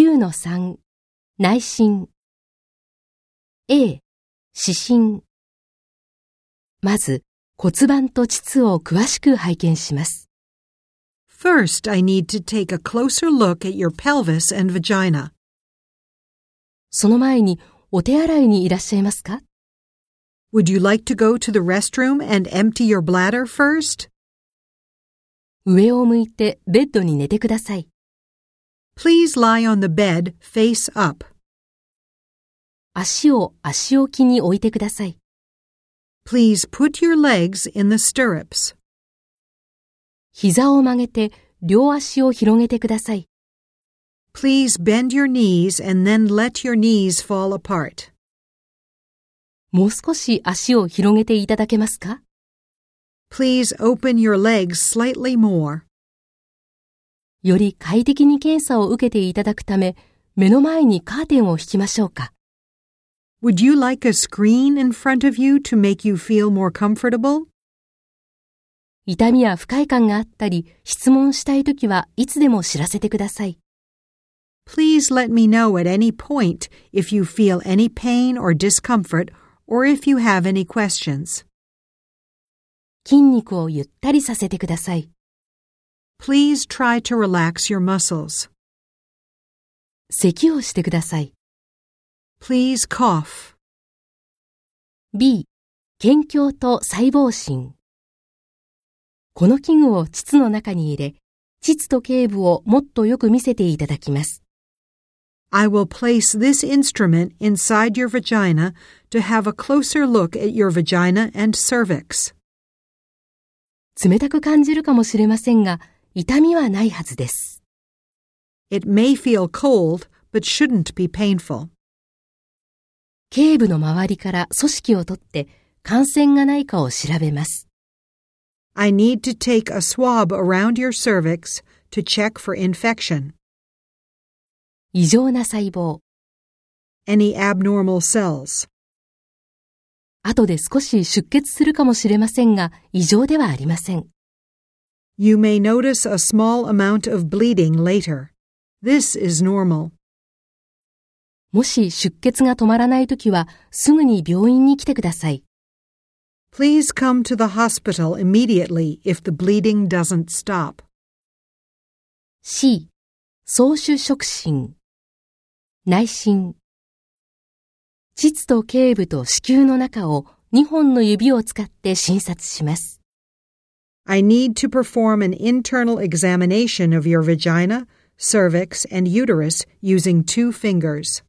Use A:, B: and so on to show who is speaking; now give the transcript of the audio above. A: 9-3内心 A 指針まず骨盤と膣を詳しく拝見します
B: First, I need to take a closer look at your pelvis and vagina.
A: その前にお手洗いにいらっしゃいますか
B: Would you like to go to the restroom and empty your bladder first?
A: 上を向いてベッドに寝てください
B: Please lie on the bed face up.
A: 足を足置きに置いてください
B: Please put your legs in the stirrups.
A: 膝を曲げて両足を広げてください
B: Please bend your knees and then let your knees fall apart.
A: もう少し足を広げていただけますか
B: Please open your legs slightly more.
A: より快適に検査を受けていただくため目の前にカーテンを引きましょうか
B: Would you like a screen in front of you to make you feel more comfortable?
A: 痛みや不快感があったり、質問したいときはいつでも知らせてください。
B: Please let me know at any point if you feel any pain or discomfort or if you have any questions.
A: 筋肉をゆったりさせてください。
B: Please try to relax your muscles.
A: 咳をしてください。
B: Please cough.
A: B、健胸と細胞心。この器具を膣の中に入れ、膣と頸部をもっとよく見せていただきます。
B: I will place this instrument inside your vagina to have a closer look at your vagina and cervix.
A: 冷たく感じるかもしれませんが、痛みはないはずです。
B: It may feel cold, but shouldn't be painful.
A: 頸部の周りから組織を取って、感染がないかを調べます。
B: I need to take a swab around your cervix to check for infection.
A: 異常な細胞。
B: Any abnormal cells?
A: 後で少し出血するかもしれませんが、異常ではありません。
B: You may notice a small amount of bleeding later. This is normal.
A: もし出血が止まらないときは、すぐに病院に来てください。
B: Please come to the hospital immediately if the bleeding doesn't stop.
A: C、総主触診。内診。膣と頸部と子宮の中を2本の指を使って診察します。
B: I need to perform an internal examination of your vagina, cervix, and uterus using two fingers.